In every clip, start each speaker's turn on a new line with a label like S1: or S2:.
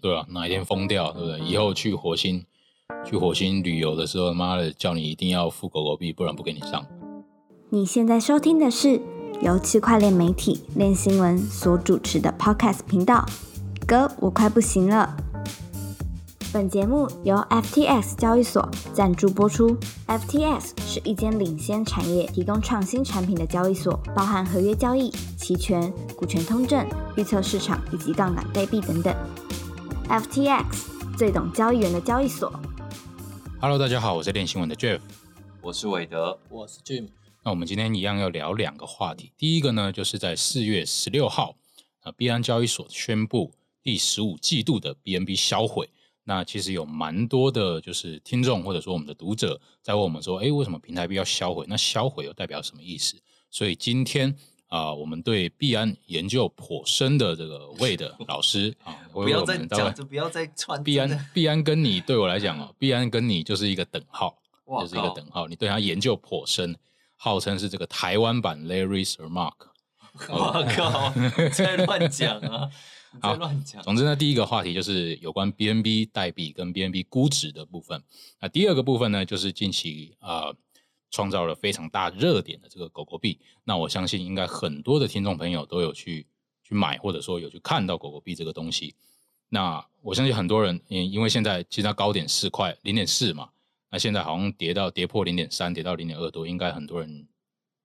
S1: 对啊，哪一天疯掉，对不对？以后去火星，去火星旅游的时候，妈的叫你一定要付狗狗币，不然不给你上。
S2: 你现在收听的是由区块链媒体链新闻所主持的 Podcast 频道。哥，我快不行了。本节目由 FTX 交易所赞助播出。FTX 是一间领先产业、提供创新产品的交易所，包含合约交易、期权、股权通证、预测市场以及杠杆代币等等。FTX 最懂交易员的交易所。
S1: Hello，大家好，我是练新闻的 Jeff。
S3: 我是韦德，
S4: 我是 Jim，
S1: 那我们今天一样要聊两个话题。第一个呢，就是在四月十六号，呃，币安交易所宣布第十五季度的 BNB 销毁。那其实有蛮多的，就是听众或者说我们的读者在问我们说，诶，为什么平台币要销毁？那销毁又代表什么意思？所以今天啊、我们对币安研究颇深的这个魏的老师 啊，会
S3: 不
S1: 为
S3: 要
S1: 我
S3: 再
S1: 们待
S3: 讲，
S1: 会
S3: 这不要再串
S1: 币
S3: 真
S1: 安
S3: 的
S1: 币安跟你对我来 讲哦，币安跟你就是一个等号。
S3: 哇
S1: 就是一个
S3: 靠
S1: 等号。你对他研究颇深，号称是这个台湾版 Larry s e r m a r k 哦
S3: 我靠，你在乱讲啊！你在乱讲，
S1: 总之呢，第一个话题就是有关 BNB 代币跟 BNB 估值的部分。那第二个部分呢，就是近期呃创造了非常大热点的这个狗狗币。那我相信应该很多的听众朋友都有去去买，或者说有去看到狗狗币这个东西。那我相信很多人，嗯，因为现在其实它高点四块零点四嘛，那现在好像跌到跌破零点三，跌到零点二多，应该很多人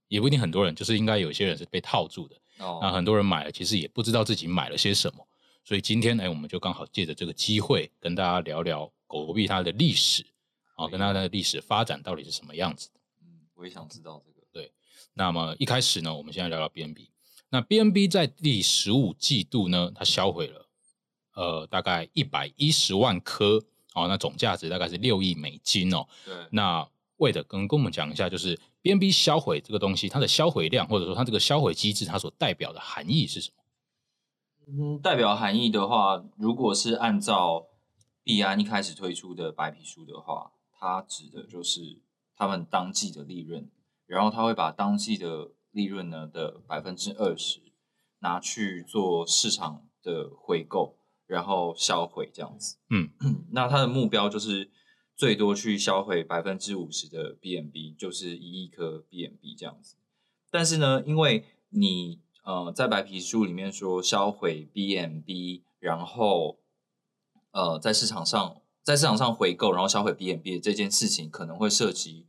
S1: 也不一定很多人，就是应该有些人是被套住的。那
S3: 哦，
S1: 很多人买了，其实也不知道自己买了些什么。所以今天，哎，我们就刚好借着这个机会，跟大家聊聊狗狗币它的历史，啊，
S3: 可以
S1: 跟它的历史发展到底是什么样子的。
S3: 嗯我也想知道这个。
S1: 那么一开始呢，我们先来聊聊 BNB。那 BNB 在第十五季度呢，它销毁了呃大概一百一十万颗，哦，那总价值大概是六亿美金哦。
S3: 对，
S1: 那为的跟跟我们讲一下，就是 BNB 销毁这个东西，它的销毁量或者说它这个销毁机制，它所代表的含义是什么？
S3: 嗯，代表含义的话，如果是按照币安一开始推出的白皮书的话，它指的就是他们当季的利润，然后他会把当季的利润呢的百分之二十拿去做市场的回购，然后销毁这样子。
S1: 嗯，
S3: 那它的目标就是最多去销毁百分之五十的 BNB，就是一亿颗 BNB 这样子。但是呢，因为你呃在白皮书里面说销毁 BNB，然后呃在市场上在市场上回购，然后销毁 BNB 这件事情可能会涉及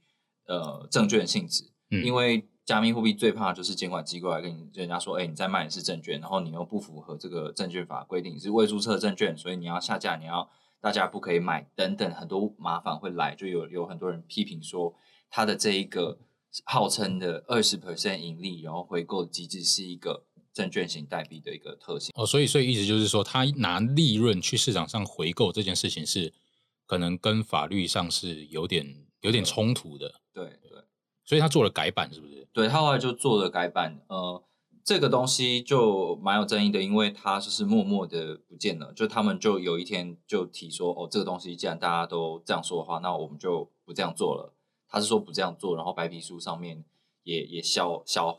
S3: 呃证券性质，
S1: 嗯
S3: 因为加密货币最怕就是监管机构来跟你人家说，哎、你在卖的是证券，然后你又不符合这个证券法规定，你是未注册证券，所以你要下架，你要大家不可以买等等，很多麻烦会来，就有有很多人批评说它的这一个号称的二十 percent 盈利，然后回购机制是一个证券型代币的一个特性。
S1: 哦，所以所以意思就是说，他拿利润去市场上回购这件事情是可能跟法律上是有点有点冲突的，
S3: 对对。
S1: 所以他做了改版，是不是？
S3: 对，他后来就做了改版，呃，这个东西就蛮有争议的，因为它就是默默的不见了，就他们就有一天就提说，哦，这个东西既然大家都这样说的话，那我们就不这样做了。他是说不这样做，然后白皮书上面也也消消，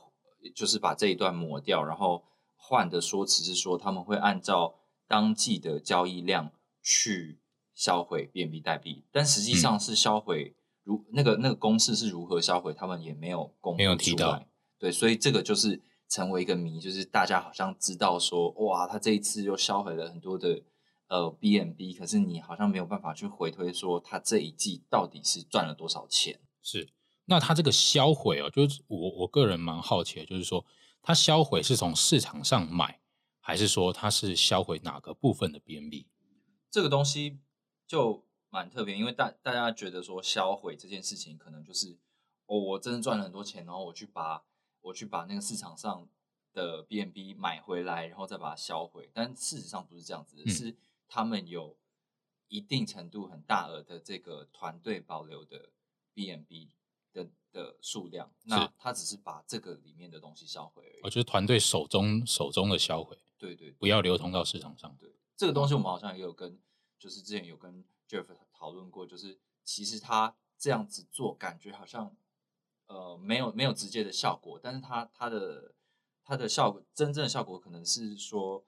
S3: 就是把这一段抹掉，然后换的说辞是说他们会按照当季的交易量去销毁 BNB 代币，但实
S1: 嗯
S3: 际上是销毁如那个那个公式是如何销毁，他们也没有公布
S1: 没有提
S3: 出
S1: 到
S3: 来，对，所以这个就是成为一个谜，就是大家好像知道说，哇，他这一次又销毁了很多的呃 BNB，可是你好像没有办法去回推说他这一季到底是赚了多少钱。
S1: 是。那他这个销毁哦，就是我我个人蛮好奇的，就是说他销毁是从市场上买，还是说他是销毁哪个部分的 BNB？
S3: 这个东西就蛮特别，因为大大家觉得说销毁这件事情，可能就是哦，我真的赚了很多钱，然后我去把我去把那个市场上的 B&B 买回来，然后再把它销毁。但事实上不是这样子的，
S1: 嗯
S3: 是他们有一定程度很大额的这个团队保留的 B&B 的的数量，那他只是把这个里面的东西销毁而已。
S1: 我觉得团队手中手中的销毁，
S3: 对对对
S1: 不要流通到市场上。
S3: 对，这个东西我们好像也有跟，就是之前有跟 Jeff 讨论过，就是其实他这样子做，感觉好像呃没有没有直接的效果，但是他他的他的效果真正的效果可能是说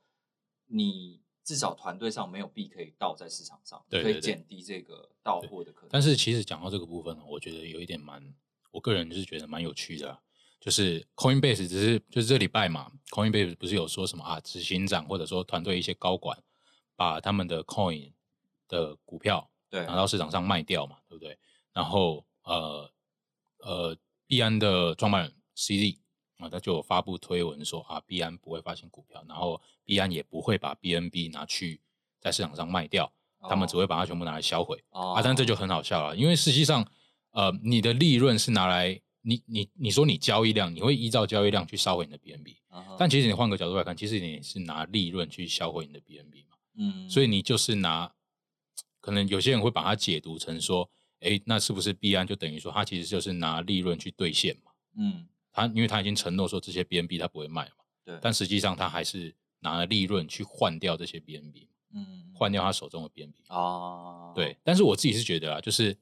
S3: 你。至少团队上没有币可以倒在市场上，
S1: 对
S3: 可
S1: 对
S3: 以
S1: 对
S3: 减低这个到货的可能。
S1: 但是其实讲到这个部分呢，我觉得有一点蛮，我个人是觉得蛮有趣的啊、就是 Coinbase 只是就是这礼拜嘛，Coinbase 不是有说什么啊，执行长或者说团队一些高管把他们的 Coin 的股票
S3: 对啊
S1: 拿到市场上卖掉嘛，对不对？然后呃呃，币安的创办人 CD 啊，他就有发布推文说啊，币安不会发行股票，然后币安也不会把 BNB 拿去在市场上卖掉，他们只会把它全部拿来销毁。
S3: 哦
S1: 啊，但这就很好笑了，因为实际上，呃，你的利润是拿来你你你说你交易量，你会依照交易量去销毁你的 BNB，、
S3: 嗯哼
S1: 但其实你换个角度来看，其实你是拿利润去销毁你的 BNB 嘛，
S3: 嗯，
S1: 所以你就是拿，可能有些人会把它解读成说，诶，那是不是币安就等于说它其实就是拿利润去兑现嘛？
S3: 嗯，
S1: 它因为它已经承诺说这些 BNB 它不会卖嘛，
S3: 对，嗯
S1: 但实际上它还是拿了利润去换掉这些 BNB，
S3: 嗯
S1: 换掉他手中的 BNB。
S3: 啊，
S1: 对，但是我自己是觉得啊，就是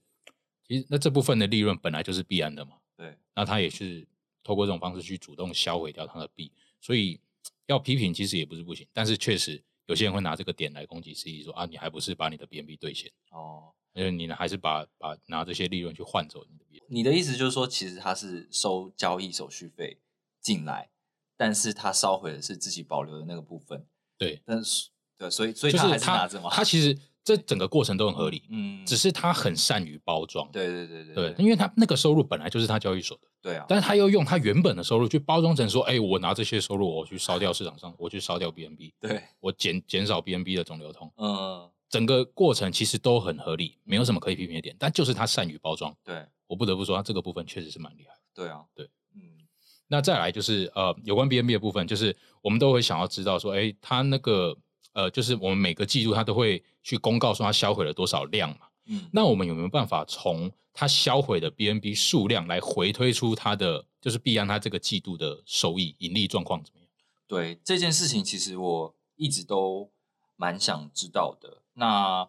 S1: 其实那这部分的利润本来就是必然的嘛，
S3: 对，
S1: 那他也是透过这种方式去主动销毁掉他的币，所以要批评其实也不是不行，但是确实有些人会拿这个点来攻击 CE 说啊，你还不是把你的 BNB 兑现，
S3: 哦，
S1: 而且你还是把把拿这些利润去换走你的 BNB。
S3: 你的意思就是说，其实他是收交易手续费进来，但是他烧毁的是自己保留的那个部分，
S1: 对，
S3: 但是对，所以所以
S1: 就
S3: 他还
S1: 是
S3: 是
S1: 他
S3: 拿着嘛，
S1: 他其实这整个过程都很合理，
S3: 嗯，
S1: 只是他很善于包装。
S3: 对对对
S1: 对，
S3: 对
S1: 因为他那个收入本来就是他交易所的。
S3: 对啊，
S1: 但是他又用他原本的收入去包装成说，哎、我拿这些收入我去烧掉市场上，我去烧掉 BNB，
S3: 对，
S1: 我减减少 BNB 的总流通，
S3: 嗯，
S1: 整个过程其实都很合理，没有什么可以批评的点。但就是他善于包装，
S3: 对
S1: 我不得不说他这个部分确实是蛮厉害的。
S3: 对啊，
S1: 对，
S3: 嗯
S1: 那再来就是呃，有关 BNB 的部分，就是我们都会想要知道说，哎、他那个呃，就是我们每个季度他都会去公告说他销毁了多少量嘛。
S3: 嗯，
S1: 那我们有没有办法从他销毁的 BNB 数量来回推出他的就是必安他这个季度的收益盈利状况怎么样？
S3: 对这件事情，其实我一直都蛮想知道的。那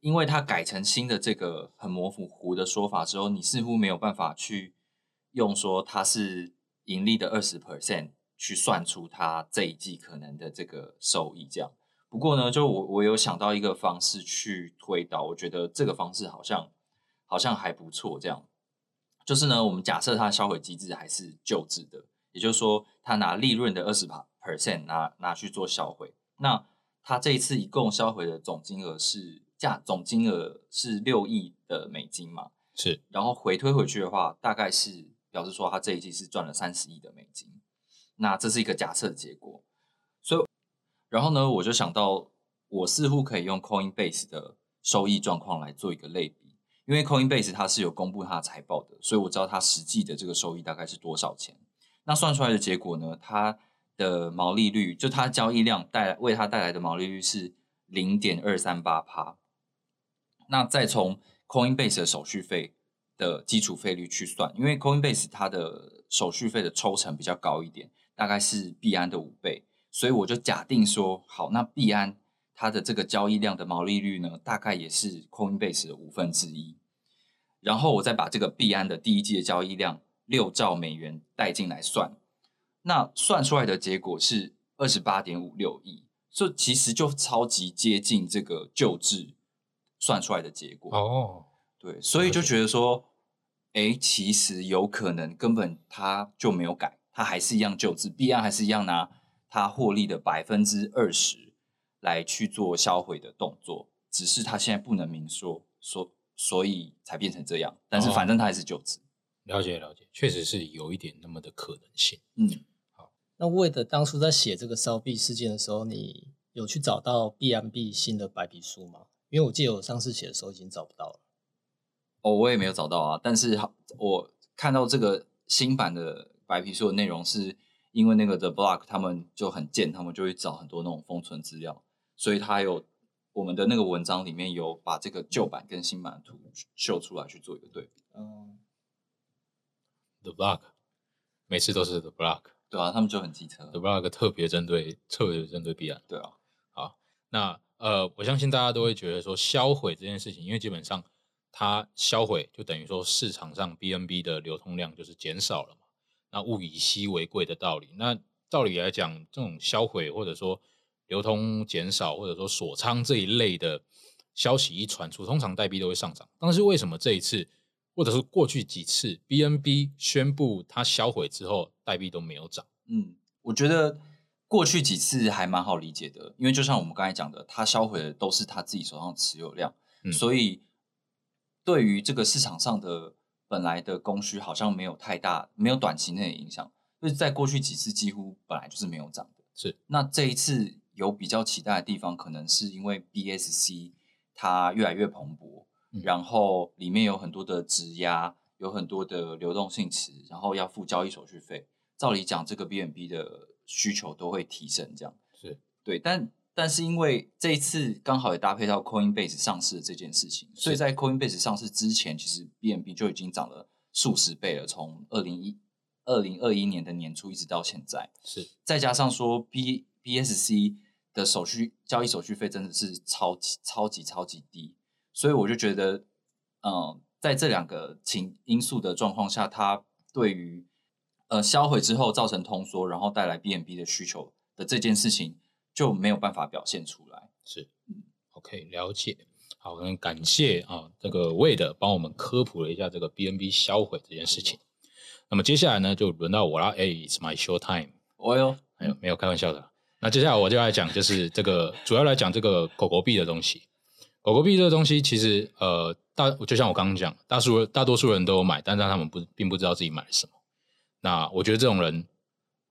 S3: 因为它改成新的这个很模糊糊的说法之后，你似乎没有办法去用说它是盈利的二十 percent 去算出它这一季可能的这个收益。这样，不过呢，就我我有想到一个方式去推导，我觉得这个方式好像好像还不错。这样，就是呢，我们假设它的销毁机制还是旧制的，也就是说，他拿利润的二十 percent 拿拿去做销毁。那他这一次一共销毁的总金额是价总金额是六亿的美金嘛？
S1: 是
S3: 然后回推回去的话，大概是表示说他这一季是赚了三十亿的美金。那这是一个假设的结果，所以然后呢，我就想到我似乎可以用 Coinbase 的收益状况来做一个类比，因为 Coinbase 它是有公布它的财报的，所以我知道它实际的这个收益大概是多少钱。那算出来的结果呢，它的毛利率就它交易量带来为它带来的毛利率是零点二三八趴。那再从 Coinbase 的手续费的基础费率去算，因为 Coinbase 它的手续费的抽成比较高一点，大概是币安的五倍，所以我就假定说，好，那币安它的这个交易量的毛利率呢，大概也是 Coinbase 的五分之一。然后我再把这个币安的第一季的交易量六兆美元带进来算，那算出来的结果是二十八点五六亿，这其实就超级接近这个旧制算出来的结果。
S1: 哦，
S3: 对，所以
S1: 了
S3: 就
S1: 解
S3: 觉得说，哎，其实有可能根本他就没有改，他还是一样旧制，必安还是一样拿他获利的百分之二十来去做销毁的动作，只是他现在不能明说，所所以才变成这样。但是
S1: 哦
S3: 反正他还是旧制，
S1: 了解了解，确实是有一点那么的可能性。
S3: 嗯，
S4: 那为了当初在写这个烧币事件的时候，你有去找到 BMB 新的白皮书吗？因为我记得我上次写的时候已经找不到了。
S3: 哦，我也没有找到啊，但是好我看到这个新版的白皮书的内容是。因为那个 The Block 他们就很贱，他们就会找很多那种封存资料，所以它有我们的那个文章里面有把这个旧版跟新版的图秀出来去做一个对比，
S4: 嗯，
S1: The Block 每次都是 The Block，The
S3: 对啊，他们就很机车，
S1: Block 特别针对特别针对必安。
S3: 对啊，
S1: 那呃，我相信大家都会觉得说销毁这件事情，因为基本上它销毁就等于说市场上 BNB 的流通量就是减少了嘛。那物以稀为贵的道理，那道理来讲，这种销毁或者说流通减少或者说锁仓这一类的消息一传出，通常代币都会上涨。但是为什么这一次或者是过去几次 BNB 宣布它销毁之后，代币都没有涨？
S3: 嗯，我觉得过去几次还蛮好理解的，因为就像我们刚才讲的，他销毁的都是他自己手上的持有量，
S1: 嗯
S3: 所以对于这个市场上的本来的供需好像没有太大，没有短期内的影响。就是在过去几次几乎本来就是没有涨的，
S1: 是。
S3: 那这一次有比较期待的地方，可能是因为 BSC 它越来越蓬勃，
S1: 嗯
S3: 然后里面有很多的质押，有很多的流动性池，然后要付交易手续费。照理讲，这个 B&B 的需求都会提升，这样
S1: 是
S3: 对。但但是因为这一次刚好也搭配到 Coinbase 上市的这件事情，所以
S1: 是
S3: 在 Coinbase 上市之前，其实 B&B 就已经涨了数十倍了，从二零一二零二一年的年初一直到现在。
S1: 是
S3: 再加上说 B BSC 的手续交易手续费真的是超级超级超级低，所以我就觉得，嗯，在这两个情因素的状况下，它对于呃销毁之后造成通缩，然后带来 BNB 的需求的这件事情就没有办法表现出来。
S1: 是
S3: 嗯
S1: ，OK，了解。好，很感谢啊，这个魏的帮我们科普了一下这个 BNB 销毁这件事情。那么接下来呢，就轮到我啦。哎，It's my show time。
S3: 哦哟，
S1: 哎呦，没有开玩笑的。那接下来我就来讲，就是这个主要来讲这个狗狗币的东西。狗狗币这个东西，其实呃，大就像我刚刚讲，大数大多数人都有买，但是他们不并不知道自己买了什么。那我觉得这种人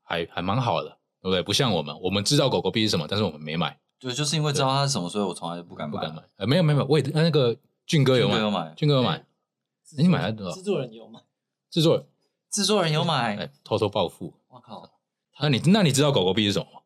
S1: 还还蛮好的，对不对？不像我们，我们知道狗狗币是什么，但是我们没买。
S3: 对，就是因为知道它是什么，所以我从来就不敢
S1: 不
S3: 买。
S1: 敢买。呃，没有没有没有，我也那个俊哥有
S3: 俊哥有
S1: 买
S3: 买，
S1: 俊哥有买，你买了多少
S4: 制作人有买，
S1: 制作人
S3: 制作人有买，
S1: 哎偷偷暴富。
S3: 我靠，
S1: 那你那你知道狗狗币是什么吗？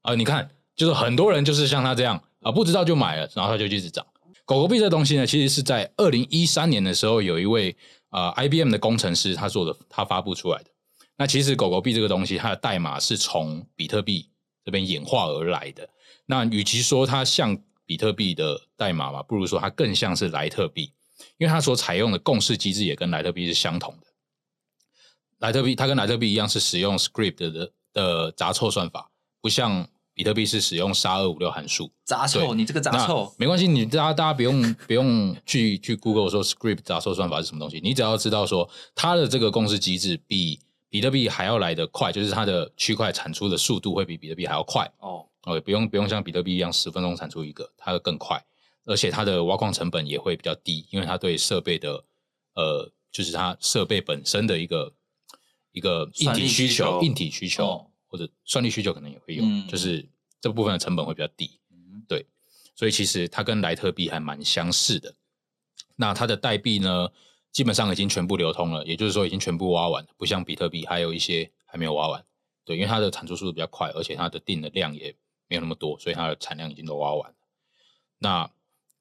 S1: 啊，你看，就是很多人就是像他这样啊，不知道就买了，然后他就一直涨。狗狗币这东西呢，其实是在二零一三年的时候，有一位啊、呃 IBM 的工程师他做的，他发布出来的。那其实狗狗币这个东西，它的代码是从比特币这边演化而来的。那与其说它像比特币的代码嘛，不如说它更像是莱特币，因为它所采用的共识机制也跟莱特币是相同的。莱特币它跟莱特币一样是使用 script 的的杂凑算法，不像比特币是使用沙二五六函数。
S3: 杂
S1: 对
S3: 臭，你这个杂
S1: 那
S3: 臭，
S1: 没关系，你大家大家不用 不用去去 Google 说 script 杂凑算法是什么东西，你只要知道说它的这个共识机制比比特币还要来得快，就是它的区块产出的速度会比比特币还要快。
S3: 哦，
S1: 哦，不用不用像比特币一样十分钟产出一个，它会更快，而且它的挖矿成本也会比较低，因为它对设备的呃，就是它设备本身的一个一个硬
S3: 算
S1: 体
S3: 力
S1: 需
S3: 需求
S1: 硬体需求、
S3: 哦
S1: 或者算力需求可能也会有，
S3: 嗯
S1: 就是这部分的成本会比较低。
S3: 嗯
S1: 所以其实它跟莱特币还蛮相似的。那它的代币呢，基本上已经全部流通了，也就是说已经全部挖完了，不像比特币还有一些还没有挖完。对，因为它的产出速度比较快，而且它的定的量也没有那么多，所以它的产量已经都挖完了。那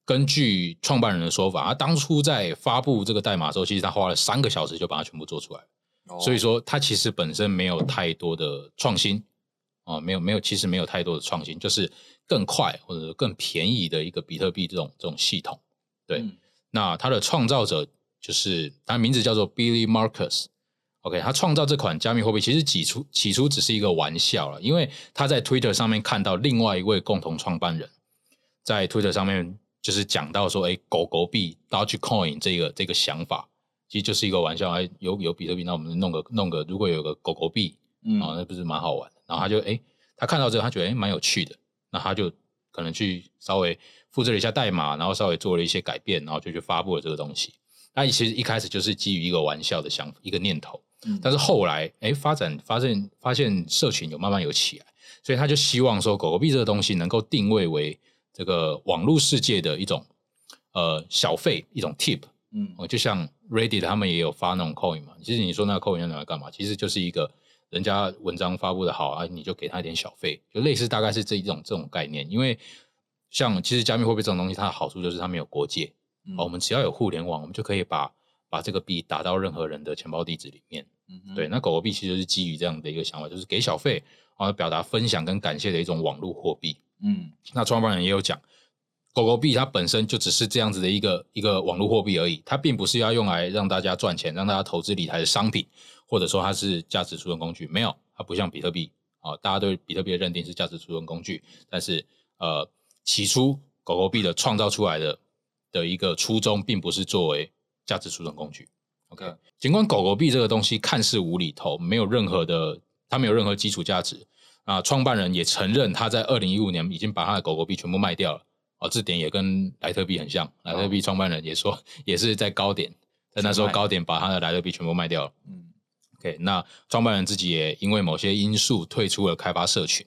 S1: 根据创办人的说法，他当初在发布这个代码的时候，其实他花了三个小时就把它全部做出来了。
S3: 哦
S1: 所以说它其实本身没有太多的创新哦，没有没有，其实没有太多的创新，就是更快或者更便宜的一个比特币这种这种系统。对
S3: 嗯
S1: 那它的创造者就是他名字叫做 Billy Marcus。OK，他创造这款加密货币其实起初起初只是一个玩笑了，因为他在 Twitter 上面看到另外一位共同创办人在 Twitter 上面就是讲到说，哎，狗狗币 Dogecoin 这个这个想法，其实就是一个玩笑，哎，有有比特币，那我们弄个弄个，如果有个狗狗币，
S3: 嗯
S1: 啊、那不是蛮好玩的。然后他就哎，他看到这个，他觉得哎蛮有趣的，那他就可能去稍微复制了一下代码，然后稍微做了一些改变，然后就去发布了这个东西。那其实一开始就是基于一个玩笑的想一个念头，
S3: 嗯
S1: 但是后来哎发展发现发现社群有慢慢有起来，所以他就希望说狗狗币这个东西能够定位为这个网络世界的一种呃小费一种 tip，
S3: 嗯
S1: 哦，就像 Reddit 他们也有发那种 coin 嘛。其实你说那个 coin 要拿来干嘛？其实就是一个人家文章发布的好啊，你就给他一点小费，就类似大概是这一种这种概念。因为像其实加密货币这种东西，它的好处就是它没有国界，
S3: 嗯
S1: 哦，我们只要有互联网，我们就可以把把这个币打到任何人的钱包地址里面。
S3: 嗯哼
S1: 对，那狗狗币其实就是基于这样的一个想法，就是给小费，然后表达分享跟感谢的一种网络货币。
S3: 嗯
S1: 那创办人也有讲，狗狗币它本身就只是这样子的一个一个网络货币而已，它并不是要用来让大家赚钱、让大家投资理财的商品，或者说它是价值储存工具，没有，它不像比特币啊，大家对比特币的认定是价值储存工具，但是呃，起初狗狗币的创造出来的的一个初衷，并不是作为价值储存工具。OK，
S3: 对
S1: 尽管狗狗币这个东西看似无厘头，没有任何的，它没有任何基础价值啊。创办人也承认他在二零一五年已经把他的狗狗币全部卖掉了啊，这点也跟莱特币很像。莱特币创办人也说，也是在高点，在那时候
S3: 哦全卖
S1: 高点把他的莱特币全部卖掉了。
S3: 嗯
S1: OK，那创办人自己也因为某些因素退出了开发社群，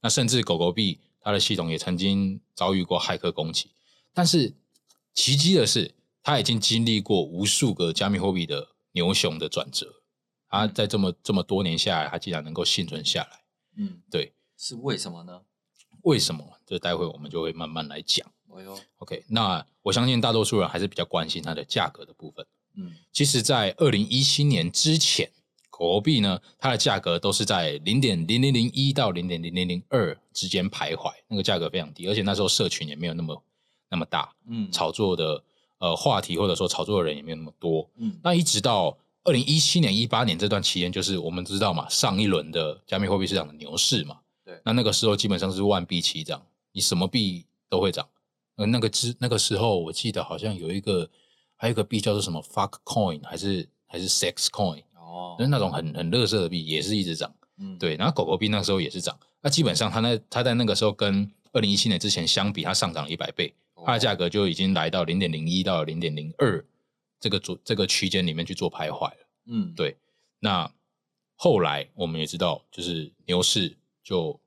S1: 那甚至狗狗币它的系统也曾经遭遇过骇客攻击，但是奇迹的是，它已经经历过无数个加密货币的牛熊的转折，它在这么这么多年下来，它竟然能够幸存下来，
S3: 嗯，
S1: 对，
S3: 是为什么呢？
S1: 为什么？这待会我们就会慢慢来讲。
S3: 哎呦，
S1: OK，那我相信大多数人还是比较关心它的价格的部分。
S3: 嗯
S1: 其实，在二零一七年之前，狗狗币呢，它的价格都是在零点零零零一到零点零零零二之间徘徊，那个价格非常低，而且那时候社群也没有那么那么大，
S3: 嗯，
S1: 炒作的呃话题或者说炒作的人也没有那么多。
S3: 嗯
S1: 那一直到二零一七年、一八年这段期间，就是我们知道嘛，上一轮的加密货币市场的牛市嘛，
S3: 对
S1: 那那个时候基本上是万币齐涨，你什么币都会涨。呃，那个之那个时候，我记得好像有一个，还有一个币叫做什么 fuck coin，还是还是 sex coin，
S3: 哦
S1: 就是那种很很乐色的币，也是一直涨。
S3: 嗯
S1: 对，然后狗狗币那时候也是涨，那基本上它那它在那个时候跟二零一七年之前相比，它上涨了一百倍，
S3: 哦
S1: 它的价格就已经来到零点零一到零点零二这个左这个区间里面去做徘徊了。
S3: 嗯
S1: 对那后来我们也知道，就是牛市就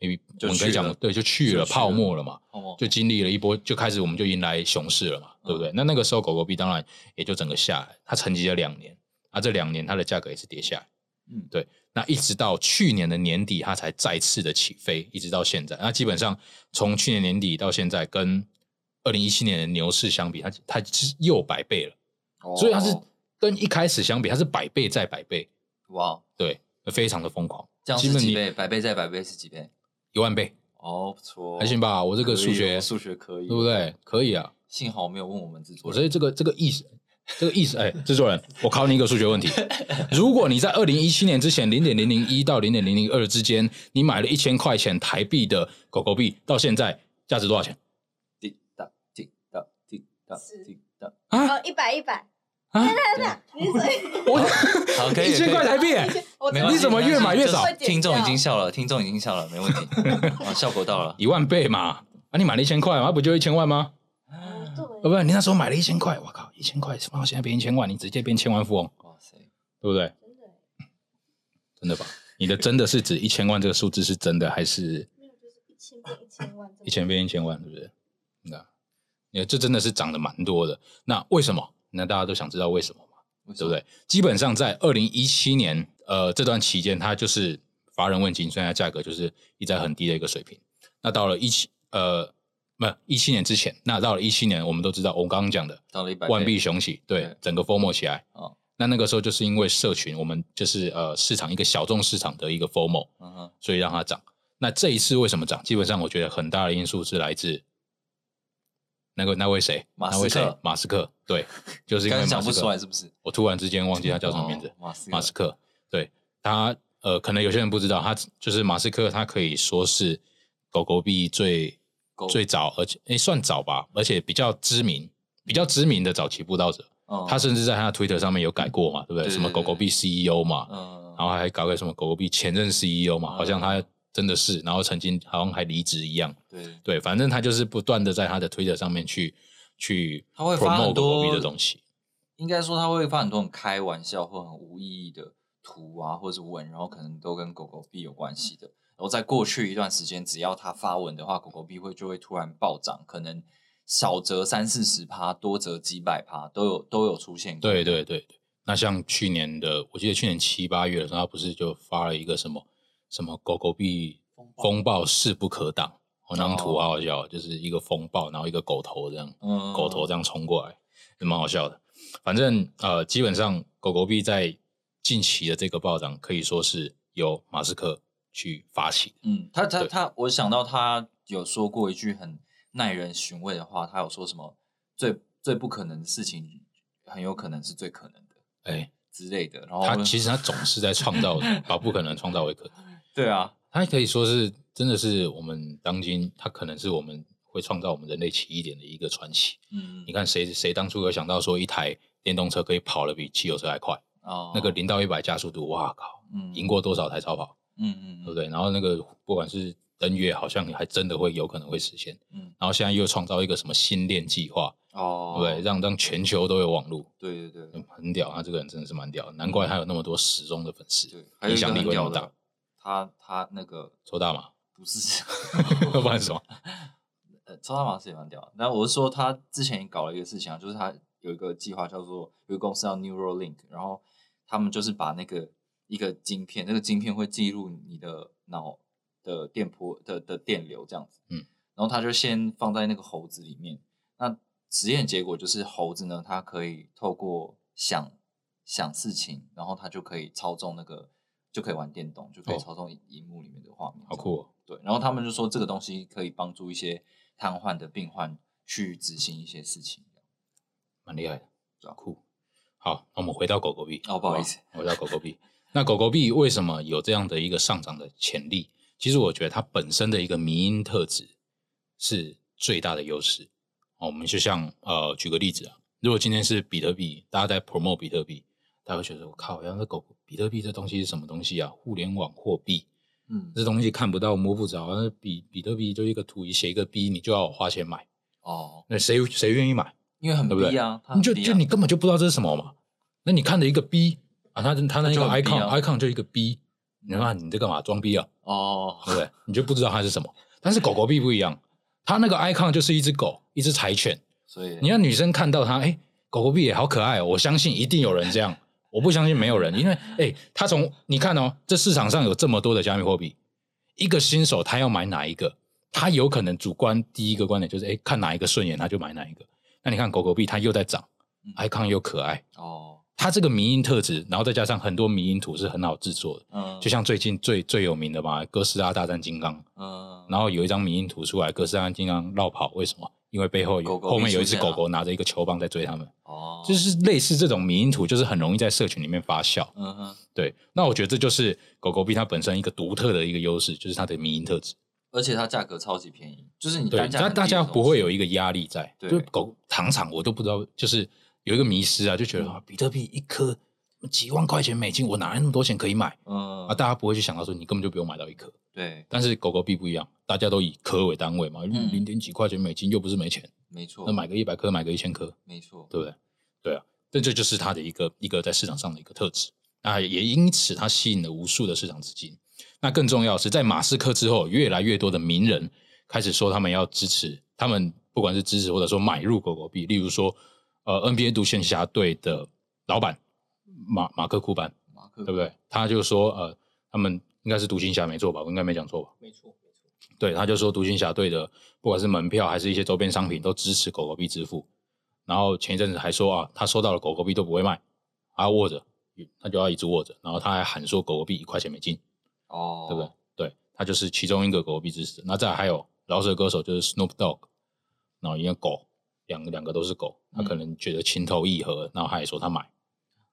S1: maybe 我
S3: 就
S1: 们可以
S3: 去
S1: 讲
S3: 了
S1: 对，就去
S3: 就
S1: 了
S3: 去
S1: 泡
S3: 了
S1: 沫了嘛，
S3: 哦
S1: 就经历了一波，就开始我们就迎来熊市了嘛，对
S3: 嗯
S1: 不对？那那个时候狗狗币当然也就整个下来，它沉寂了两年，啊，这两年它的价格也是跌下来。
S3: 嗯
S1: 对，那一直到去年的年底，它才再次的起飞，一直到现在。那基本上从去年年底到现在，跟二零一七年的牛市相比，它它是又百倍了，
S3: 哦
S1: 所以它是跟一开始相比，它是百倍再百倍，
S3: 哇，
S1: 对，非常的疯狂，
S3: 这样
S1: 基
S3: 是
S1: 本
S3: 几
S1: 你
S3: 倍？百倍再百倍是几倍？
S1: 一万倍，
S3: 哦，不错，
S1: 还行吧？我这个
S3: 可以
S1: 数学
S3: 哦数学可以，
S1: 对不对？？可以啊，
S3: 幸好没有问我们制作
S1: 我
S3: 人，
S1: 所以这个这个意思，这个意思，哎，制作人，我考你一个数学 问题：如果你在二零一七年之前零点零零一到零点零零二之间，你买了一千块钱台币的狗狗币，到现在价值多少钱
S3: 滴答滴答滴答
S2: 是
S3: 滴答，
S1: 啊
S2: 哦，一百一百，
S1: 啊？
S2: 你所以
S1: 我
S3: 好，可以，
S1: 一千块
S3: 可以
S1: 台币 耶，
S2: 我
S3: 没
S1: 有
S3: 关系
S1: 你怎么
S3: 没关
S1: 越
S3: 系
S1: 买越
S3: 就是
S1: 少
S3: 听众已经笑了，听众已经笑了，没问题，好，效果到了。
S1: 一万倍嘛？啊，你买了一千块嘛，不就一千万吗？
S3: 嗯
S1: 对不
S2: 对，
S1: 对？你那时候买了一千块，我靠，一千块放到现在变一千万，你直接变千万富翁，
S3: 哇塞，
S1: 对不对？真的吧？你的真的是指一千万这个数字是真的，还是
S2: 没有就是一千变一千万，
S1: 一千变一千万，对不对？那你看这真的是涨得蛮多的。那为什么？那大家都想知道为什么嘛，
S3: 为什
S1: 对不
S3: 么？
S1: 对？基本上在二零一七年，呃，这段期间，它就是乏人问津，所以它价格就是一直在很低的一个水平。那到了一七，呃，不，一七年之前，那到了一七年，我们都知道，我刚刚讲的
S3: 到了一百倍
S1: 万币雄起，对
S3: 对，
S1: 整个 FOMO 起来。
S3: 哦
S1: 那那个时候就是因为社群，我们就是呃市场一个小众市场的一个 FOMO，
S3: 嗯哼，
S1: 所以让它涨。那这一次为什么涨？基本上我觉得很大的因素是来自那个那位谁，
S3: 马斯
S1: 那位谁
S3: 克
S1: 马斯克， 对，就是因
S3: 刚
S1: 为
S3: 刚讲
S1: 马斯
S3: 不
S1: 克
S3: 出来是不是？
S1: 我突然之间忘记他叫什么名字
S3: 哦，马斯
S1: 马
S3: 马
S1: 斯克，对他呃，可能有些人不知道，他就是马斯克，他可以说是狗狗币最
S3: 狗
S1: 最早，而且诶算早吧，而且比较知名。比较知名的早期布道者，
S3: 嗯
S1: 他甚至在他的推特上面有改过嘛，对不对？
S3: 对
S1: 什么
S3: 对
S1: 狗狗币 CEO 嘛，
S3: 嗯，
S1: 然后还搞个什么狗狗币前任 CEO 嘛，
S3: 嗯
S1: 好像他真的是，然后曾经好像还离职一样。
S3: 对，
S1: 对，反正他就是不断的在他的推特上面去去
S3: 他会发
S1: promote
S3: 很
S1: 狗狗
S3: 多
S1: 币的东西。
S3: 应该说他会发很多很开玩笑或很无意义的图啊，或者是文，然后可能都跟狗狗币有关系的。然后在过去一段时间，只要他发文的话，狗狗币会就会突然暴涨，可能少则三四十趴，多则几百趴，都有都有出现过。
S1: 对对对对，那像去年的，我记得去年七八月的时候，他不是就发了一个什么什么狗狗币风暴势不可挡，哦，那张图
S3: 哦
S1: 好好笑，就是一个风暴，然后一个狗头这样。
S3: 嗯，
S1: 狗头这样冲过来，也蛮好笑的。反正呃，基本上狗狗币在近期的这个暴涨，可以说是由马斯克去发起的。
S3: 嗯，他他
S1: 对
S3: 他，我想到他有说过一句很耐人寻味的话，他有说什么最最不可能的事情，很有可能是最可能的
S1: 哎、
S3: 之类的。然后
S1: 他
S3: 我
S1: 其实他总是在创造把不可能创造为可能。
S3: 对啊，
S1: 它可以说是真的是我们当今，它可能是我们会创造我们人类奇异点的一个传奇。
S3: 嗯
S1: 你看谁谁当初有想到说一台电动车可以跑得比汽油车还快？
S3: 哦，
S1: 那个零到一百加速度，哇靠，
S3: 嗯
S1: 赢，过多少台超跑，
S3: 嗯嗯，
S1: 对不？对？然后那个不管是登月，好像还真的会有可能会实现。
S3: 嗯，
S1: 然后现在又创造一个什么星链计划，
S3: 哦
S1: 对，不对？让让全球都有网络，
S3: 对对对
S1: 嗯很屌。他这个人真的是蛮屌的，难怪他有那么多时钟的粉丝
S3: 对，，还
S1: 影
S3: 有一个
S1: 响力
S3: 很
S1: 会那
S3: 屌
S1: 么大
S3: 的。，他他那个
S1: 抽大麻，
S3: 不是，
S1: 要 不然什么？
S3: 呃，抽大麻是也蛮屌的。那我是说，他之前也搞了一个事情啊，就是他有一个计划叫做有一个公司叫 Neuralink，然后他们就是把那个一个晶片，那个晶片会记录你的脑的电波的的电流这样子，
S1: 嗯，
S3: 然后他就先放在那个猴子里面，那实验结果就是猴子呢，它可以透过想想事情，然后它就可以操纵那个。就可以玩电动，就可以
S1: 哦
S3: 操纵荧荧幕里面的画面，
S1: 好酷哦！
S3: 对，然后他们就说这个东西可以帮助一些瘫痪的病患去执行一些事情。
S1: 蛮厉害的，
S3: 对啊
S1: 酷。好，那我们回到狗狗币。
S3: 哦不好意思
S1: 好吧，回到狗狗币。那狗狗币为什么有这样的一个上涨的潜力？其实我觉得它本身的一个迷因特质是最大的优势。哦，我们就像呃，举个例子啊，如果今天是比特币，大家在 promote 比特币，大家会觉得我靠，原来狗比特币这东西是什么东西啊？互联网货币
S3: 嗯，
S1: 这东西看不到摸不着，那比比特币就一个图一写一个币，你就要我花钱买，
S3: 哦，
S1: 那谁谁愿意买？
S3: 因为很
S1: 对不对
S3: 低啊，
S1: 你
S3: 它很
S1: 就
S3: 低
S1: 就
S3: 啊
S1: 你根本就不知道这是什么嘛。那你看了一个 B 啊，他他那
S3: 就
S1: 个
S3: 很 B
S1: icon、
S3: 啊
S1: icon 就一个 B，你看你在干嘛装逼啊，
S3: 哦，
S1: 对不对？你就不知道它是什么。但是狗狗币不一样，它那个 icon 就是一只狗，一只柴犬。
S3: 所以
S1: 你让女生看到它，哎，狗狗币也好可爱、哦，我相信一定有人这样。 我不相信没有人，因为哎，他从你看哦，这市场上有这么多的加密货币，一个新手他要买哪一个，他有可能主观第一个观点就是哎，诶看哪一个顺眼他就买哪一个。那你看狗狗币它又在涨
S3: 嗯
S1: ，icon 又可爱，
S3: 哦，
S1: 它这个迷因特质，然后再加上很多迷因图是很好制作的，
S3: 嗯，
S1: 就像最近最最有名的嘛，哥斯拉大战金刚，
S3: 嗯，
S1: 然后有一张迷因图出来，哥斯拉金刚绕跑，为什么？因为背后有
S3: 狗狗
S1: 后面有一只
S3: 出现
S1: 狗
S3: 了
S1: 狗拿着一个球棒在追他们，
S3: 哦，
S1: 就是类似这种迷因图，就是很容易在社群里面发酵。
S3: 嗯哼，
S1: 对，那我觉得这就是狗狗币它本身一个独特的一个优势，就是它的迷因特质。
S3: 而且它价格超级便宜，就是你
S1: 对，
S3: 单价
S1: 大
S3: 很低
S1: 大
S3: 的
S1: 家
S3: 东
S1: 不会
S3: 西
S1: 有一个压力在，
S3: 对
S1: 就狗糖厂我都不知道，就是有一个迷失啊，就
S3: 嗯
S1: 觉得、啊比特币一颗几万块钱美金，我哪来那么多钱可以买
S3: 嗯
S1: 啊？大家不会去想到说你根本就不用买到一颗，
S3: 对，
S1: 但是狗狗币不一样，大家都以颗为单位嘛，
S3: 嗯
S1: 零点几块钱美金又不是没钱，
S3: 没错，
S1: 那买个一百颗，买个一千颗，
S3: 没错，
S1: 对不对？对啊，这这就是它的一个一个在市场上的一个特质。那也因此，它吸引了无数的市场资金。那更重要的是，在马斯克之后，越来越多的名人开始说他们要支持，他们不管是支持或者说买入狗狗币，例如说，呃，NBA 独行侠队的老板马马克库班，
S3: 马克
S1: 对不对？他就说，呃，他们应该是独行侠没错吧？我应该没讲错吧？
S4: 没错，没错。
S1: 对，他就说独行侠队的不管是门票还是一些周边商品都支持狗狗币支付。然后前一阵子还说啊，他收到了狗狗币都不会卖，还要握着，他就要一直握着。然后他还喊说狗狗币一块钱美金，
S3: 哦，
S1: 对不对？？对，他就是其中一个狗狗币支持者。那再来还有饶舌歌手就是 Snoop Dogg，然后因为狗，两个两个都是狗，他可能觉得情投意合，然后他也说他买，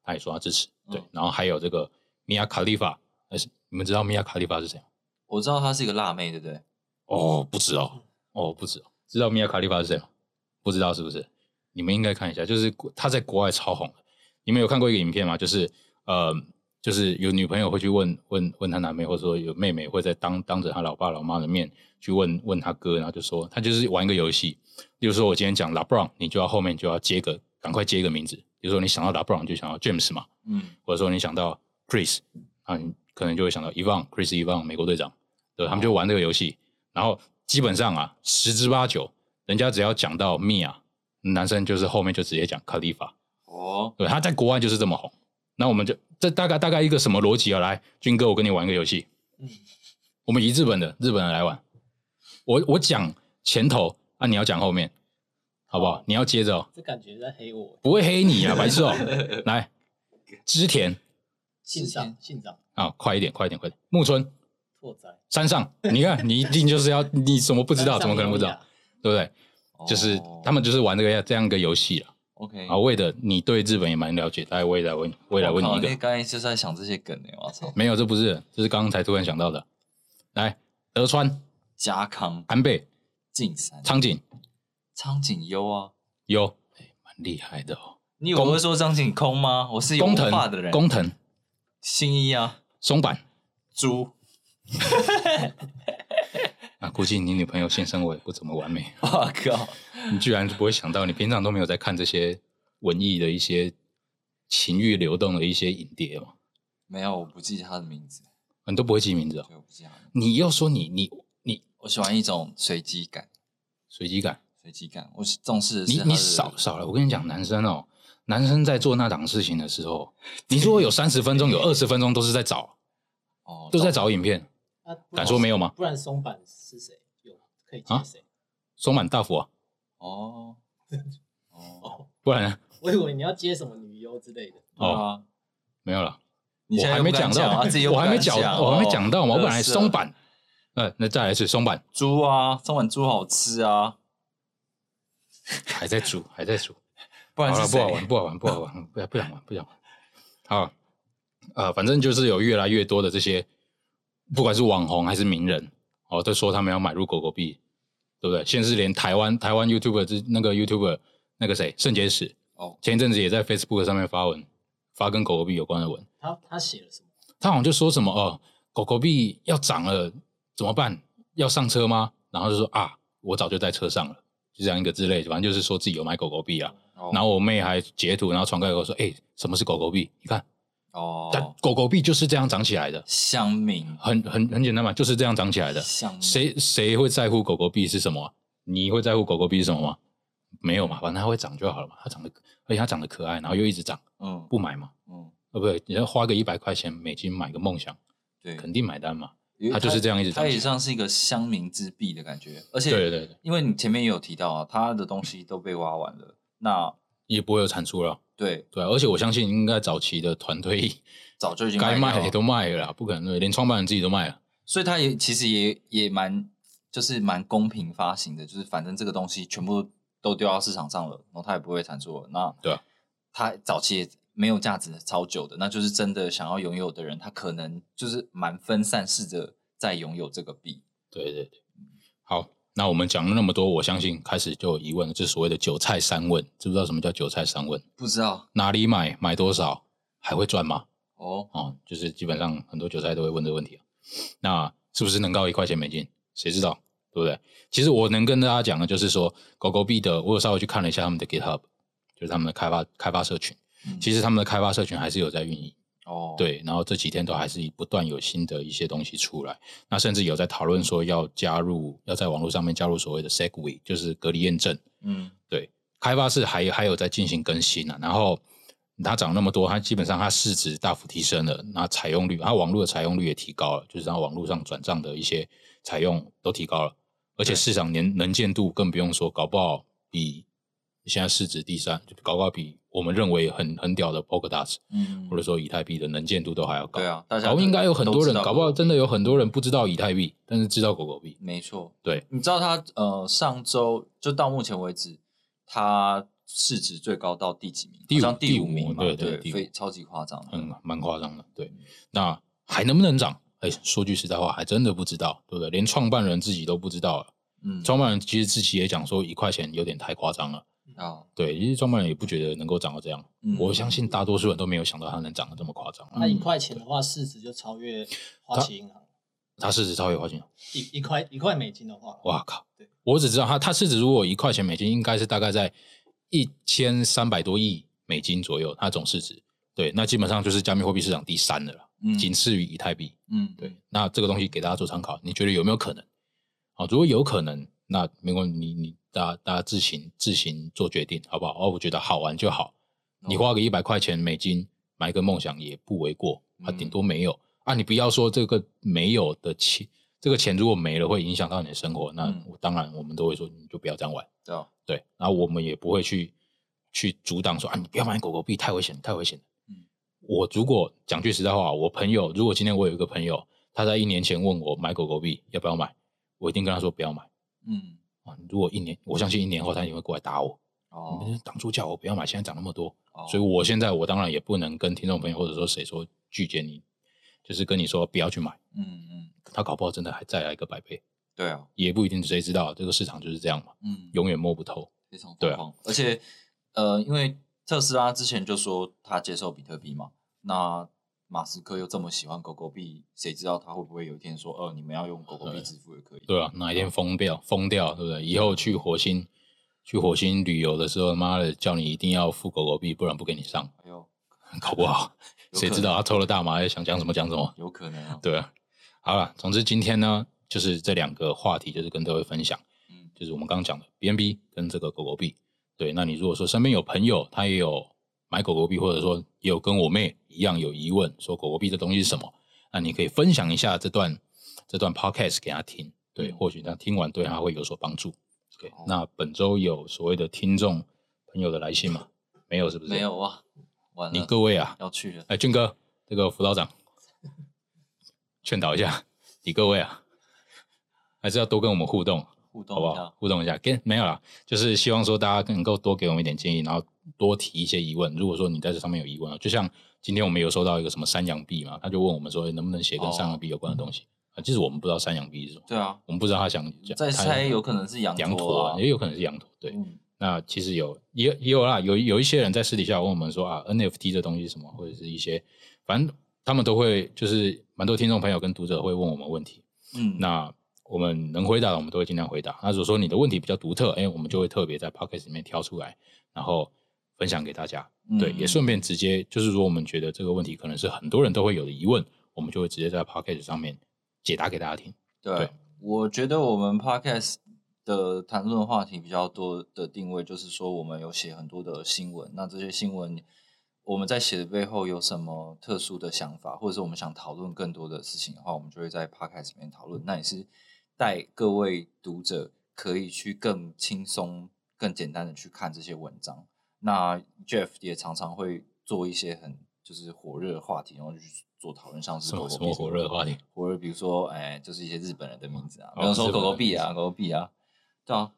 S1: 他也说他支持。对，
S3: 嗯
S1: 然后还有这个 Mia Khalifa，但是你们知道 Mia Khalifa 是谁吗？
S3: 我知道她是一个辣妹，对不对？
S1: 哦，不知道，哦，不知道，知道米娅卡利法是谁吗？不知道是不是？你们应该看一下，就是国他在国外超红的。你们有看过一个影片吗？就是呃，就是有女朋友会去问问问她男朋友，或者说有妹妹会在当当着她老爸老妈的面去问问她哥，然后就说他就是玩一个游戏，例如说我今天讲 LeBron，你就要后面就要接个赶快接一个名字，比如说你想到 LeBron 就想到 James 嘛，
S3: 嗯，
S1: 或者说你想到 Chris 啊，你可能就会想到 Evan Chris Evan 美国队长，对，他们就玩这个游戏，然后基本上啊十之八九，人家只要讲到 Mia，男生就是后面就直接讲 Khalifa，
S3: 哦，
S1: 对，他在国外就是这么红。那我们就这大概大概一个什么逻辑啊？来，军哥，我跟你玩一个游戏，我们以日本的日本人来玩，我我讲前头啊，你要讲后面，好不好？你要接着、哦，
S4: 这感觉在黑我。
S1: 不会黑你啊，白痴哦、来，织田
S4: 信
S3: 之
S4: 长
S3: 前，
S4: 信长，
S1: 啊，快一点，快一点，快一点，木村。
S4: 拓哉，
S1: 山上，你看，你一定就是要，你怎么不
S4: 不
S1: 知道？怎么可能不知道？？对不对？就是他们就是玩这个这样一个游戏了。
S3: 哦 OK，
S1: 啊，为的你对日本也蛮了解，大概未来问未来问你
S3: 我靠
S1: 一
S3: 那
S1: 个，
S3: 刚才就是在想这些梗呢、我操！
S1: 没有，这不是，这是刚刚才突然想到的。来，德川、
S3: 家康、
S1: 安倍、
S3: 进山、
S1: 苍井
S3: 苍井优啊，
S1: 优，哎，蛮厉害的哦。
S3: 你有会说张井空吗？我是有
S1: 工
S3: 文化的
S1: 藤、
S3: 人。
S1: 工藤、
S3: 新一啊，
S1: 松坂
S3: 猪，
S1: 啊，估计你女朋友性生活也不怎么完美，
S3: 我靠！
S1: 你居然不会想到，你平常都没有在看这些文艺的一些情欲流动的一些影碟哦，
S3: 没有，我不记他的名字，
S1: 你都不会记名字哦。
S3: 对，我不记他的名字。
S1: 你又说你你你
S3: 我喜欢一种随机感，
S1: 随机感，
S3: 随机感，我是重视的是
S1: 你
S3: 他
S1: 你
S3: 的
S1: 少少了。我跟你讲，男生哦，男生在做那档事情的时候，你如果有三十分钟，有二十分钟都是在 找，
S3: 哦，
S1: 都在
S3: 懂
S1: 找影片。
S4: 啊
S1: 敢说没有吗？
S4: 不然松板是谁？有可以接
S1: 啊
S4: 谁？
S1: 松满大辅啊，
S3: 哦哦
S4: 哦，
S1: 不然呢
S4: 我以为你要接什么女优之类的。
S1: 哦
S3: 对啊，
S1: 没有了。
S3: 你
S1: 我
S3: 现在
S1: 还
S3: 又
S1: 没
S3: 不敢
S1: 讲
S3: 讲
S1: 到，
S3: 啊自己又
S1: 我
S3: 不
S1: 还没
S3: 敢
S1: 讲，
S3: 讲
S1: 我还没
S3: 哦
S1: 讲到嘛。我本来
S3: 乐色
S1: 松板，呃，那再来一次松板，
S3: 猪啊，中碗猪好吃啊，
S1: 还在煮，还在煮。
S3: 不然
S1: 好
S3: 是
S1: 了，不
S3: 谁
S1: 好玩，不好玩，不好 玩，不要不想玩，不想玩。好，呃，反正就是有越来越多的这些，不管是网红还是名人，哦，都说他们要买入狗狗币，对不对？现在是连台湾台湾 YouTuber 之那个 YouTuber 那个谁圣结石，
S3: 哦，
S1: 前一阵子也在 Facebook 上面发文，发跟狗狗币有关的文，
S4: 他他写了什么？
S1: 他好像就说什么哦，狗狗币要涨了怎么办？要上车吗？然后就说啊，我早就在车上了，就这样一个之类的，反正就是说自己有买狗狗币啊。
S3: 哦
S1: 然后我妹还截图，然后传给我说：“哎、什么是狗狗币？你看，但
S3: 哦，
S1: 狗狗币就是这样长起来的，
S3: 香民
S1: 很很很简单嘛，就是这样长起来的。
S3: 香民
S1: 谁谁会在乎狗狗币是什么啊、你会在乎狗狗币是什么吗？没有嘛，反正它会长就好了嘛。它长得，而且它长得可爱，然后又一直长，
S3: 嗯
S1: 不买嘛？
S3: 嗯，
S1: 呃，不对，你要花个一百块钱美金买个梦想，
S3: 对，
S1: 肯定买单嘛。
S3: 因为
S1: 它就是这样一直
S3: 它
S1: 长
S3: 也
S1: 起来。
S3: 像是一个乡民之弊的感觉，而且
S1: 对对对，
S3: 因为你前面也有提到啊，他的东西都被挖完了，那
S1: 也不会有产出了。
S3: 对
S1: 对啊、而且我相信应该早期的团队
S3: 早就已经
S1: 该卖
S3: 卖
S1: 的也都
S3: 了，
S1: 卖了啦，不可能连创办人自己都卖了。
S3: 所以他也其实也也蛮就是蛮公平发行的，就是反正这个东西全部都丢到市场上了，然后它也不会产出了，那
S1: 对啊
S3: 它早期也没有价值超久的，那就是真的想要拥有的人，他可能就是蛮分散式的在拥有这个币，
S1: 对对对，好，那我们讲了那么多，我相信开始就有疑问了，就是所谓的韭菜三问，知不知道什么叫韭菜三问？
S3: 不知道
S1: 哪里买，买多少，还会赚吗？
S3: 哦，
S1: 哦，就是基本上很多韭菜都会问这个问题啊。那是不是能到一块钱美金？谁知道，对不对？其实我能跟大家讲的就是说，狗狗币的，我有稍微去看了一下他们的 GitHub，就是他们的开发开发社群，
S3: 嗯
S1: 其实他们的开发社群还是有在运营。
S3: 哦，，
S1: 对，然后这几天都还是不断有新的一些东西出来，那甚至有在讨论说要加入，要在网络上面加入所谓的 Segway，就是隔离验证。
S3: 嗯
S1: 对，开发是还还有在进行更新啊。然后它涨那么多，它基本上它市值大幅提升了，那采用率，它网络的采用率也提高了，就是它网络上转账的一些采用都提高了，而且
S3: 对
S1: 市场年能见度更不用说，搞不好比现在市值第三，搞不好比我们认为很很屌的 Polkadot。
S3: 嗯
S1: 或者说以太币的能见度都还要高。
S3: 对啊，大家
S1: 搞不好应该有很多人，
S3: 都知道
S1: 搞不好真的有很多人不知道以太币，但是知道狗狗币。
S3: 没错，
S1: 对，
S3: 你知道它呃上周就到目前为止，它市值最高到第几名？
S1: 第五
S3: 好像
S1: 第
S3: 第
S1: 五
S3: 名嘛，
S1: 对对
S3: 对
S1: 第五
S3: 非超级夸张的。
S1: 嗯，蛮夸张的。对，那还能不能涨？哎，说句实在话，还真的不知道，对不对？连创办人自己都不知道了。
S3: 嗯，
S1: 创办人其实自己也讲说，一块钱有点太夸张了。
S3: 啊，
S1: 对，其实创办人也不觉得能够涨到这样。
S3: 嗯
S1: 我相信大多数人都没有想到它能涨得这么夸张啊。
S4: 那一块钱的话，市值就超越花旗银行。
S1: 它市值超越花旗，
S4: 一一块一块美金的话，
S1: 哇靠
S4: 对！
S1: 我只知道它，它市值如果一块钱美金，应该是大概在一千三百多亿美金左右，它总市值。对，那基本上就是加密货币市场第三的了，
S3: 嗯
S1: 仅次于以太币。
S3: 嗯，
S1: 对，那这个东西给大家做参考，你觉得有没有可能？好，如果有可能，那没关系，你你大家大家自行自行做决定，好不好？哦，我觉得好玩就好，
S3: 哦
S1: 你花个一百块钱美金买个梦想也不为过啊，
S3: 嗯
S1: 顶多没有、啊。你不要说这个没有的钱，这个钱如果没了会影响到你的生活，那
S3: 嗯
S1: 我当然我们都会说你就不要这样玩。
S3: 对啊，
S1: 对，然后我们也不会去去阻挡说啊，你不要买狗狗币，太危险，太危险了。
S3: 嗯
S1: 我如果讲句实在话，我朋友如果今天我有一个朋友，他在一年前问我买狗狗币要不要买，我一定跟他说不要买。
S3: 嗯，
S1: 啊，如果一年，我相信一年后他一定会过来打我。
S3: 哦
S1: 你们当初叫我不要买，现在涨那么多，
S3: 哦
S1: 所以我现在我当然也不能跟听众朋友或者说谁说拒绝你，就是跟你说不要去买，
S3: 嗯嗯，
S1: 他搞不好真的还再来一个百倍，
S3: 对啊，
S1: 也不一定，谁知道这个市场就是这样嘛，
S3: 嗯，
S1: 永远摸不透。
S3: 非常
S1: 对
S3: 疯
S1: 啊
S3: 狂，而且呃，因为特斯拉之前就说他接受比特币嘛，那马斯克又这么喜欢狗狗币，谁知道他会不会有一天说，呃，你们要用狗狗币
S1: 对
S3: 支付也可以？
S1: 对啊，哪
S3: 嗯
S1: 一天疯掉，疯掉，对不对？以后去火星，去火星旅游的时候，妈的，叫你一定要付狗狗币，不然不给你上，
S3: 哎呦，
S1: 搞不好
S3: 有
S1: 啊谁
S3: 可
S1: 知道
S3: 能
S1: 他抽了大麻，要想讲什么讲什么。
S3: 有可能啊，
S1: 对啊，好了，总之今天呢，就是这两个话题，就是跟各位分享，
S3: 嗯，
S1: 就是我们刚刚讲的 BNB 跟这个狗狗币。对，那你如果说身边有朋友，他也有买狗狗币，或者说也有跟我妹一样有疑问，说狗狗币这东西是什么，那你可以分享一下这段这段 podcast 给他听，对，
S3: 嗯
S1: 或许他听完对他会有所帮助。OK，、
S3: 好
S1: 那本周有所谓的听众朋友的来信吗？没有，是不是？
S3: 没。有啊，完
S1: 你
S3: 了，
S1: 各位啊，
S3: 要去了，
S1: 哎，俊哥，这个辅导 长劝导一下你各位啊，还是要多跟我们互动，
S3: 互
S1: 好
S3: 动
S1: 不
S3: 一下
S1: 好？，互动一下，跟没有啦，就是希望说大家能够多给我们一点建议，然后多提一些疑问。如果说你在这上面有疑问啊，就像今天我们有收到一个什么山羊币嘛，他就问我们说能不能写跟山羊币有关的东
S3: 嗯
S1: 西啊，其实我们不知道山羊币是什么，
S3: 对啊，
S1: 我们不知道他想讲
S3: 再
S1: 他
S3: 猜有可能是羊
S1: 羊
S3: 驼
S1: 驼
S3: 啊
S1: 啊，也有可能是羊驼，对。
S3: 嗯，
S1: 那其实有也也有啦，有有一些人在私底下问我们说啊，NFT 这东西是什么，或者是一些，反正他们都会就是蛮多听众朋友跟读者会问我们问题，
S3: 嗯，
S1: 那我们能回答的我们都会尽量回答。那如果说你的问题比较独特，哎，我们就会特别在 podcast 里面挑出来，然后分享给大家。
S3: 嗯
S1: 对，也顺便直接就是说我们觉得这个问题可能是很多人都会有的疑问，我们就会直接在 podcast 上面解答给大家听。
S3: 对，
S1: 对
S3: 我觉得我们 podcast 的谈论话题比较多的定位，就是说我们有写很多的新闻，那这些新闻我们在写的背后有什么特殊的想法，或者是我们想讨论更多的事情的话，我们就会在 podcast 里面讨论。那也是带各位读者可以去更轻松、更简单的去看这些文章。那 Jeff 也常常会做一些很就是火热的话题，然后就去做讨论，像是
S1: 什么
S3: 狗狗
S1: 什么
S3: 币这
S1: 火
S3: 个
S1: 热的话题？
S3: 或者比如说，哎，就是一些日本人的名字啊，
S1: 哦
S3: 比方说
S1: 日
S3: 狗
S1: 本
S3: 狗
S1: 人
S3: 币啊，
S1: 名字
S3: 狗狗币啊，对啊，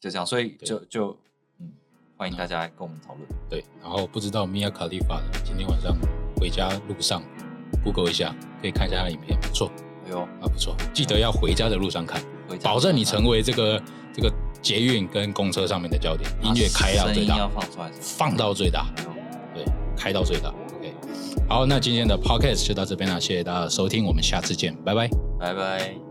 S3: 就这样，所以就就嗯，欢迎大家来跟我们讨论。
S1: 对，然后不知道 Mia Khalifa 的，今天晚上回家路上 Google 一下，可以看一下她的影片，不错
S3: 哎呦，
S1: 啊，不错。记得要回家的路上看，
S3: 回家
S1: 保证你成
S3: 为
S1: 为这个这个捷运跟公车上面的焦点，音乐开到最
S3: 啊
S1: 大，
S3: 要放出来是吧，
S1: 放到最大，
S3: 哎呦
S1: 对，开到最大。OK，好，那今天的 Podcast 就到这边了，谢谢大家的收听，我们下次见，拜拜。
S3: 拜拜。